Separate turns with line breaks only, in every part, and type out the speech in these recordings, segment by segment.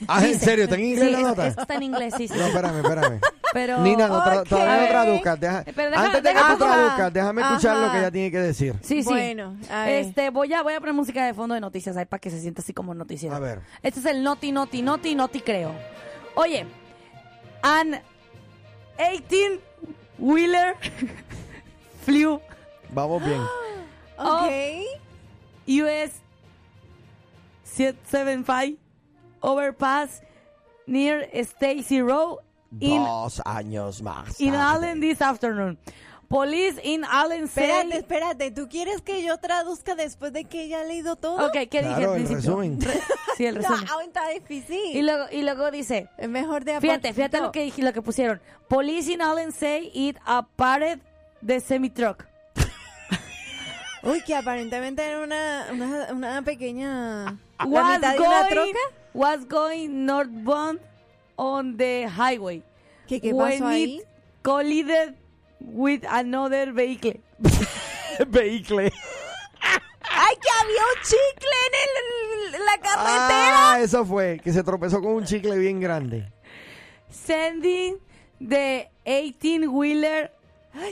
Ah, ¿en
Dice-
serio? ¿Está en inglés
Sí,
la
es-
nota?
es- está en inglés, sí, sí.
No, espérame, espérame.
Pero...
Nina, no tra-
Ok.
todavía no traduzcas. Deja-
Pero déjame-
Antes de que
déjame-
tú traduzcas,
Ajá.
déjame escuchar lo que
Ajá.
ella tiene que decir.
Sí, sí.
Bueno, a ver.
este, voy a, voy a poner música de fondo de noticias ahí para que se sienta así como noticiero.
A ver.
Este es el noti, noti, noti, noti, creo. Oye, an 18 wheeler flew
Vamos bien.
oh, Ok.
US 775 overpass near Stacy Row in,
Dos años más.
in
tarde.
Allen this afternoon. Police in Allen said-
Espérate, espérate. ¿Tú quieres que yo traduzca después de que ella ha leído todo?
Ok, ¿qué dije
Claro,
al
el
principio?
resumen.
Re- sí, el
No,
resumen.
aún está
Y
difícil.
luego, y luego dice,
Es mejor de a
fíjate, fíjate
poquito.
lo que, dije- lo que pusieron. Police in Allen say it a parted the semi-truck.
Uy, que aparentemente era una, una, una pequeña... Ah, ¿La
Was
mitad de una
going-
troca?
Was going northbound on the highway.
¿Qué, qué
when
pasó ahí?
it collided with another vehicle.
Vehicle.
¡Ay, que había un chicle en, el- en la carretera!
Ah, eso fue, que se tropezó con un chicle bien grande.
Sending the 18-wheeler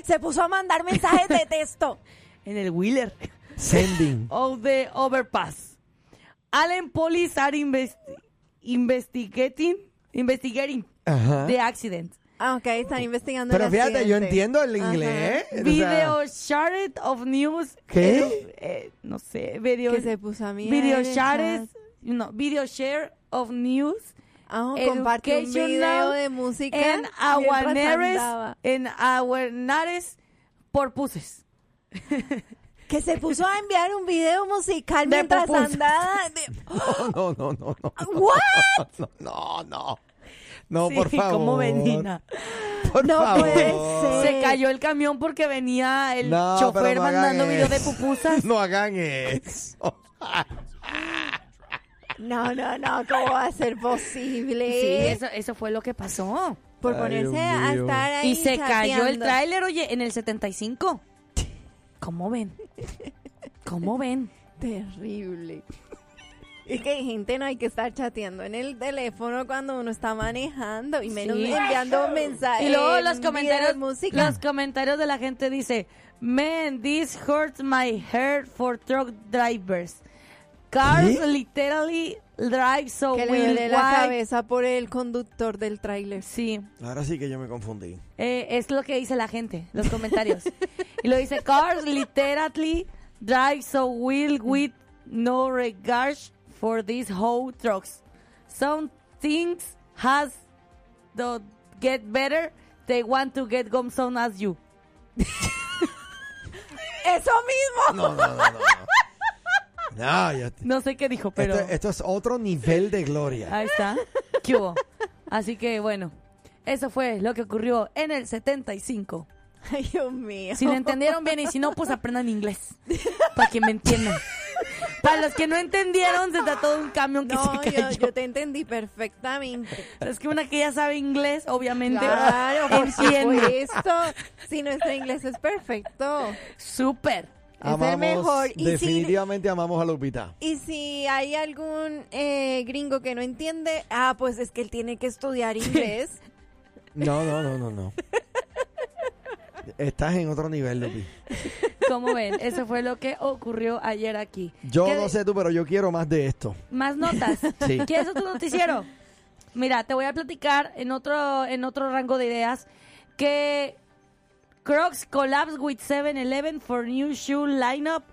Se puso a mandar mensajes de texto.
en el wheeler
Sending.
of the overpass. Allen police are invest- investigating investigating
Ajá.
the accident.
Ah, ok, están investigando
Pero
el
fíjate, yo
accidente.
entiendo el
Ajá.
inglés. o sea,
Video shared of news.
¿Qué?
eh, eh, no sé, video.
Que se puso a mí.
video shared. No, video share of news.
Ah, comparte un
educational
video de música.
En
mientras
our nearest,
andaba.
en our nearest purposes.
Que se puso a enviar un video musical
De
mientras
pupusas.
andaba. de-
No, no, no, no.
¿What?
No, no. No, no
Sí,
por favor.
como venina.
Por
No
favor.
puede ser.
Se cayó el camión porque venía el
No,
chofer
pero no hagan
mandando video de
eso.
pupusas.
No hagan eso.
No, no, no, ¿cómo va a ser posible?
Sí, eso, eso fue lo que pasó.
Por
Ay,
ponerse
Dios
a
mío.
estar ahí.
Y se cayó el
chateando.
tráiler, oye, en el 75. ¿Cómo ven? ¿Cómo ven?
Terrible. Es que gente no hay que estar chateando en el teléfono cuando uno está manejando y menos
Sí.
enviando mensajes.
Y luego los
videos,
comentarios,
música.
los comentarios de la gente dice, man, this hurts my heart for truck drivers. Cars
¿Qué?
literally drive so
que le
will
duele la
why-"
cabeza por el conductor del tráiler.
Sí,
Ahora sí que yo me confundí.
eh, es lo que dice la gente, los comentarios. y lo dice, cars literally drive so will with no regard for these whole trucks. Some things has to get better, they want to get gone soon as you.
Eso mismo.
No, no, no, no. No, ya te-
No sé qué dijo, pero
esto, esto es otro nivel de gloria.
ahí está. ¿Qué hubo? Así que bueno, eso fue lo que ocurrió en el 75.
Ay, Dios mío.
Si lo entendieron bien y si no, pues aprendan inglés. Para que me entiendan. Para los que no entendieron, se trató de un camión que
no,
se
yo,
cayó.
yo te entendí perfectamente.
Es que una que ya sabe inglés, obviamente,
Claro, por
entiende.
supuesto. Si nuestro inglés es perfecto.
Súper.
Es el mejor. Y si-
definitivamente amamos a Lupita.
Y si hay algún eh, gringo que no entiende, ah, pues es que él tiene que estudiar inglés.
No, no, no, no, no. Estás en otro nivel, Lupi.
¿Cómo ven? Eso fue lo que ocurrió ayer aquí.
Yo
¿Qué-
no sé tú, pero yo quiero más de esto.
Más notas.
Sí.
¿Quieres otro noticiero? Mira, te voy a platicar en otro, en otro rango de ideas que Crocs collabs with 7-Eleven for new shoe lineup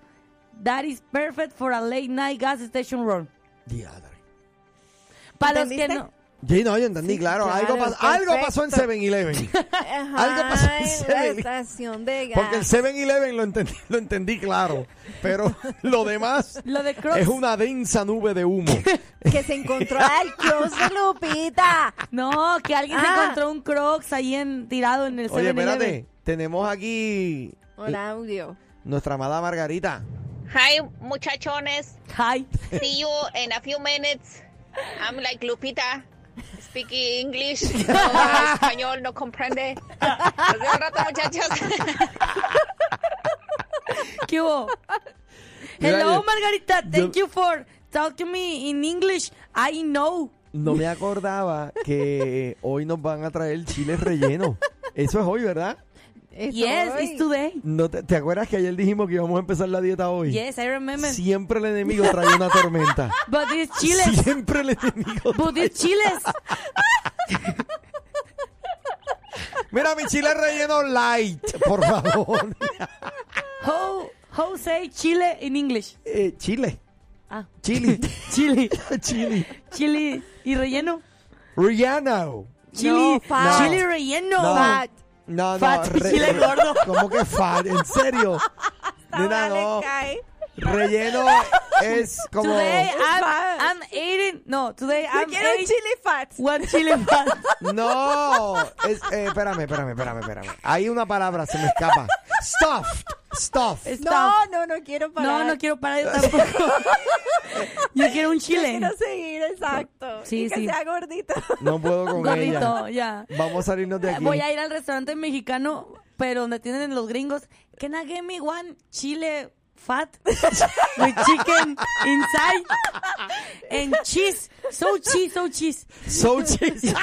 that is perfect for a late night gas station run.
Diadre.
Para los que
¿Entendiste?
no...
Sí, no, yo entendí,
Sí,
claro.
claro,
algo, pas- algo
perfecto.
pasó en 7-Eleven.
Ajá,
Algo pasó en
en la
7-Eleven.
estación de gas.
Porque el 7-Eleven lo entendí, lo entendí claro. Pero lo demás
Lo de Crocs...
es una densa nube de humo.
Que se encontró al closet Lupita.
No, que alguien se
Ah.
encontró un Crocs ahí en, tirado en el
Oye,
7-Eleven.
espérate. Tenemos aquí
Hola, audio.
nuestra amada Margarita.
Hi, muchachones.
Hi.
See you in a few minutes. I'm like Lupita, speaking English. No, español no comprende. Los veo al rato, muchachos.
¿Qué hubo?
Mira,
Hello,
yo-
Margarita. Thank
yo-
you for talking to me in English. I know.
No me acordaba que hoy nos van a traer chiles relleno. Eso es hoy, ¿verdad?
Estoy-
yes, it's today.
No te, ¿te acuerdas que ayer dijimos que íbamos a empezar la dieta hoy?
Yes, I remember.
Siempre el enemigo trae una tormenta.
But it's chiles.
Siempre el enemigo.
But it's chiles.
Mira, mi chile relleno light, por favor.
How, how say chile in English?
Eh, chile.
Ah,
Chili.
chile.
chili.
Chile y relleno.
Rihanna.
Chile.
fat.
Chile relleno.
No.
Fat.
No, no.
Fat, chile gordo.
¿Cómo que fat? ¿En serio? Nena,
Ahora le
no.
cae.
Relleno es como...
Today
Fat.
I'm, I'm eating. No, today
Yo
I'm
quiero un
eating
chili fat.
one chile fat.
No, es, eh, espérame, espérame, espérame, espérame. Hay una palabra, se me escapa. Stuffed, stuffed.
Stop.
No, no, no quiero
No,
parar.
no quiero parar yo tampoco. yo quiero un
Yo
chile.
quiero seguir, exacto.
Sí,
y que
sí.
sea gordito.
No puedo con
Gordito,
ella.
ya.
Vamos a salirnos de aquí.
Voy a ir al restaurante mexicano, pero donde tienen los gringos. Can I get me one chile fat with chicken inside and cheese? So cheese, so cheese.
So cheese.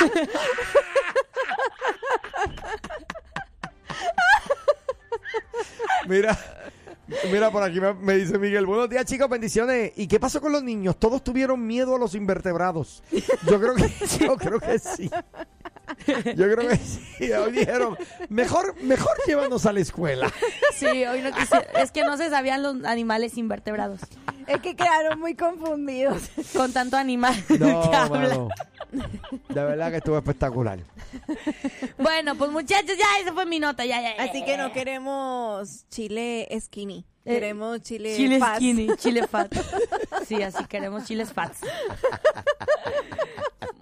Mira, mira, por aquí me, me dice Miguel. Buenos días, chicos, bendiciones. ¿Y qué pasó con los niños? Todos tuvieron miedo a los invertebrados. Yo creo que, yo creo que sí. Yo creo que sí. Hoy dijeron, mejor, mejor llévanos a la escuela.
Sí, hoy no quise- Es que no se sabían los animales invertebrados.
Es que quedaron muy confundidos.
Con tanto animal
No,
que habla.
mano. De verdad que estuvo espectacular.
Bueno, pues muchachos, ya esa fue mi nota. Ya, ya, ya.
Así que no queremos chile skinny.
Eh,
Queremos chile,
Chile
fast.
skinny, chile fat. Sí, así queremos chiles fats.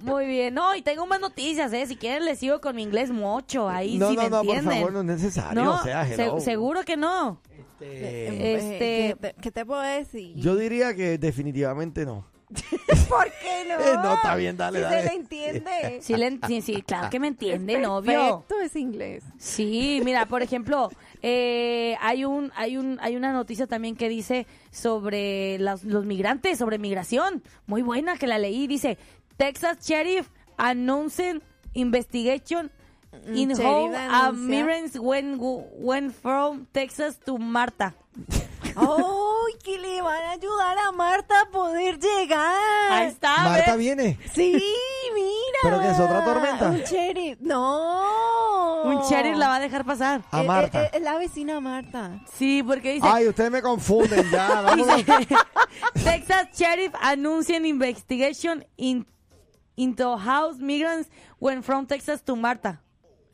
Muy bien. No, y tengo más noticias, ¿eh? Si quieren les sigo con mi inglés mocho ahí,
No,
si
no,
me
no, por
entienden.
favor, no es necesario.
No,
o sea,
se-
hello.
seguro que no.
Este,
Eh,
Este-
¿qué, te, qué te puedo decir?
Yo diría que definitivamente no.
¿Por qué no?
Eh, no, está bien, dale,
Si
dale.
se le entiende.
Sí, le enti- sí, claro que me entienden, obvio.
Perfecto, es inglés.
Sí, mira, por ejemplo, eh, hay un, hay un, hay una noticia también que dice sobre las- los migrantes, sobre migración, muy buena que la leí. Dice Texas Sheriff announcing investigation in
sheriff
how
denuncia.
a migrant went, went from Texas to Marta.
¡Ay, que le van a ayudar a Marta a poder llegar!
Ahí está.
Marta
¿ves?
viene.
Sí, mira.
¿Pero qué es, otra tormenta?
Un sheriff. No.
Un sheriff la va a dejar pasar.
A
Eh, eh,
Marta.
eh, la vecina Marta.
Sí, porque dice.
Ay, ustedes me confunden ya. vámonos.
Texas Sheriff anuncian investigation in, into house migrants went from Texas to Marta.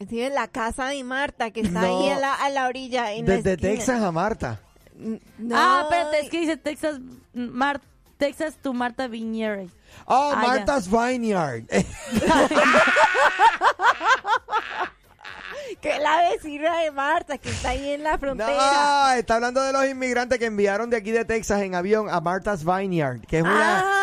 Sí, en la casa de Marta, que está
No.
ahí a la, a la orilla. En la
Desde
esquina.
Texas a Marta.
N- No.
Ah, espérate, es que dice Texas, Mar, Texas to Marta Viñere.
Oh,
Ah, ya.
Marta's Vineyard.
Que la vecina de Marta, que está ahí en la frontera.
no, está hablando de los inmigrantes que enviaron de aquí de Texas en avión a Marta's Vineyard, que es una,
Ah.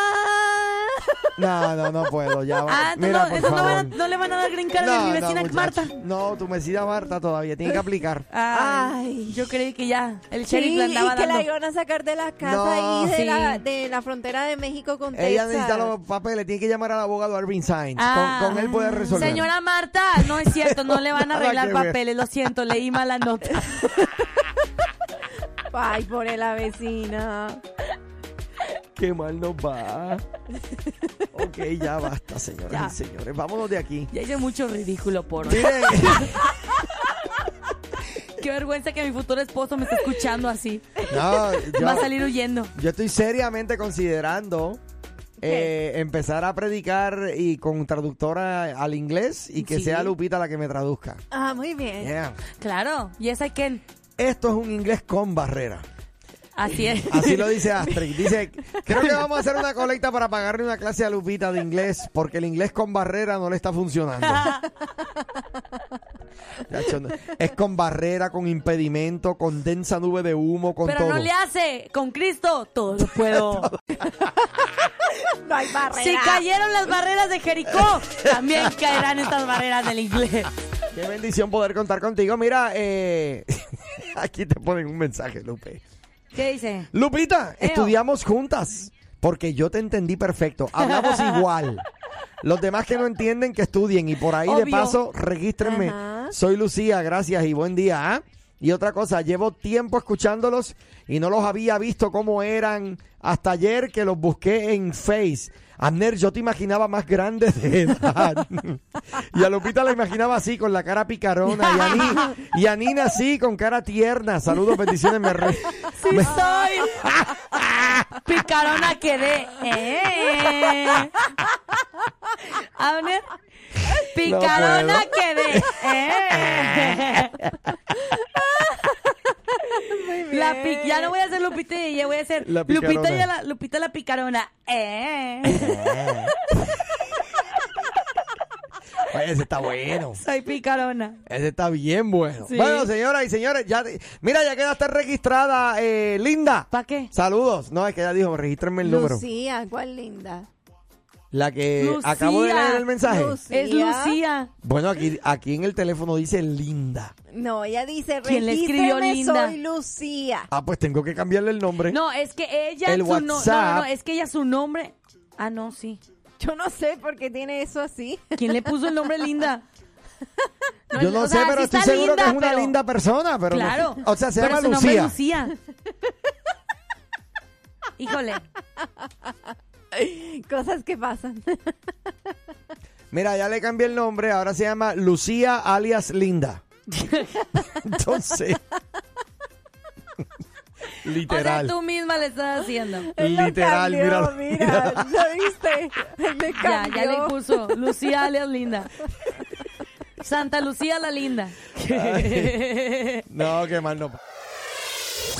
No, no, no puedo. Ya va.
Ah, entonces
Mira,
no,
por
entonces no,
favor.
van a- no le van a dar green card a mi vecina
muchacho.
Marta.
No, tu vecina Marta todavía tiene que aplicar.
Ay,
Ay.
yo creí que ya el
Sí,
sheriff la
y
andaba
que
dando.
la iban a sacar de la casa
No.
ahí de,
Sí.
la, de la frontera de México con
Ella
Texas.
necesita los papeles, tiene que llamar al abogado Arvin Sainz.
Ah.
con, con él puede resolver.
Señora Marta, no es cierto, no le van a
Nada
arreglar
que ver.
papeles, lo siento, leí mala nota.
Ay, pobre la vecina.
Qué mal nos va. ok, ya basta, señoras
Ya.
y señores. Vámonos de aquí.
Ya hice mucho ridículo por hoy.
Miren,
Qué vergüenza que mi futuro esposo me esté escuchando así.
no,
Va a
yo,
salir huyendo.
yo estoy seriamente considerando eh, empezar a predicar y con traductora al inglés y que
Sí. Eh.
sea Lupita la que me traduzca.
Ah, muy bien.
Yeah.
Claro, y esa Ken.
Esto es un inglés con barrera.
Así es.
Así lo dice Astrid. Dice, creo que vamos a hacer una colecta para pagarle una clase a Lupita de inglés, porque el inglés con barrera no le está funcionando. Chacho, no- Es con barrera, con impedimento, con densa nube de humo, con
Pero
todo.
no le hace, con Cristo todo lo puedo.
No hay barrera.
si cayeron las barreras de Jericó, también caerán estas barreras del inglés.
Qué bendición poder contar contigo. Mira, eh, aquí te ponen un mensaje, Lupe.
¿Qué dice?
Lupita,
Eo.
estudiamos juntas, porque yo te entendí perfecto. Hablamos igual. Los demás que no entienden, que estudien. Y por ahí, de
Obvio.
paso, regístrenme.
Ajá.
Soy Lucía, gracias y buen día. ¿ah? Y otra cosa, llevo tiempo escuchándolos y no los había visto cómo eran hasta ayer que los busqué en Face. Amner, yo te imaginaba más grande de edad. y a Lupita la imaginaba así, con la cara picarona. Y a, Ni- y a Nina así, con cara tierna. Saludos, bendiciones. Me re-
Sí soy. Picarona quedé. Eh. Abner. Picarona
No puedo.
quedé. Eh. La pi- ya no voy a ser Lupita y ya voy a ser
La
Lupita,
picarona.
y a la, Lupita la picarona. Eh.
Oye, ese está bueno.
Soy picarona.
Ese está bien bueno.
Sí.
Bueno, señoras y señores, ya te- mira, ya quedaste registrada, eh, Linda.
¿Pa' qué?
Saludos. No, es que ya dijo, regístrenme el número.
Lucía, cuál linda.
La que
Lucía.
acabo de leer el mensaje.
Lucía.
Es Lucía.
Bueno, aquí, aquí en el teléfono dice Linda.
No, ella dice,
¿Quién le escribió
"Regístrame,
linda?
soy Lucía.
Ah, pues tengo que cambiarle el nombre.
No, es que ella
El
su no- no, no, no,
WhatsApp.
es que ella su nombre. Ah, no, sí.
Yo no sé por qué tiene eso así.
¿Quién le puso el nombre Linda?
Yo no
o
sé,
sea,
pero
sí
estoy
está
seguro que es una
pero-
linda persona. Pero no-
Claro.
o sea, se
pero
llama
su nombre es
Lucía.
Lucía. Híjole.
Cosas que pasan.
Mira, ya le cambié el nombre. Ahora se llama Lucía alias Linda. Entonces.
O sea,
literal.
tú misma le estás haciendo.
Él lo
Literal,
cambió,
míralo,
mira. ¿Lo viste? Él le
Ya, ya le
cambió.
puso Lucía alias Linda. Santa Lucía la Linda.
No, qué mal no.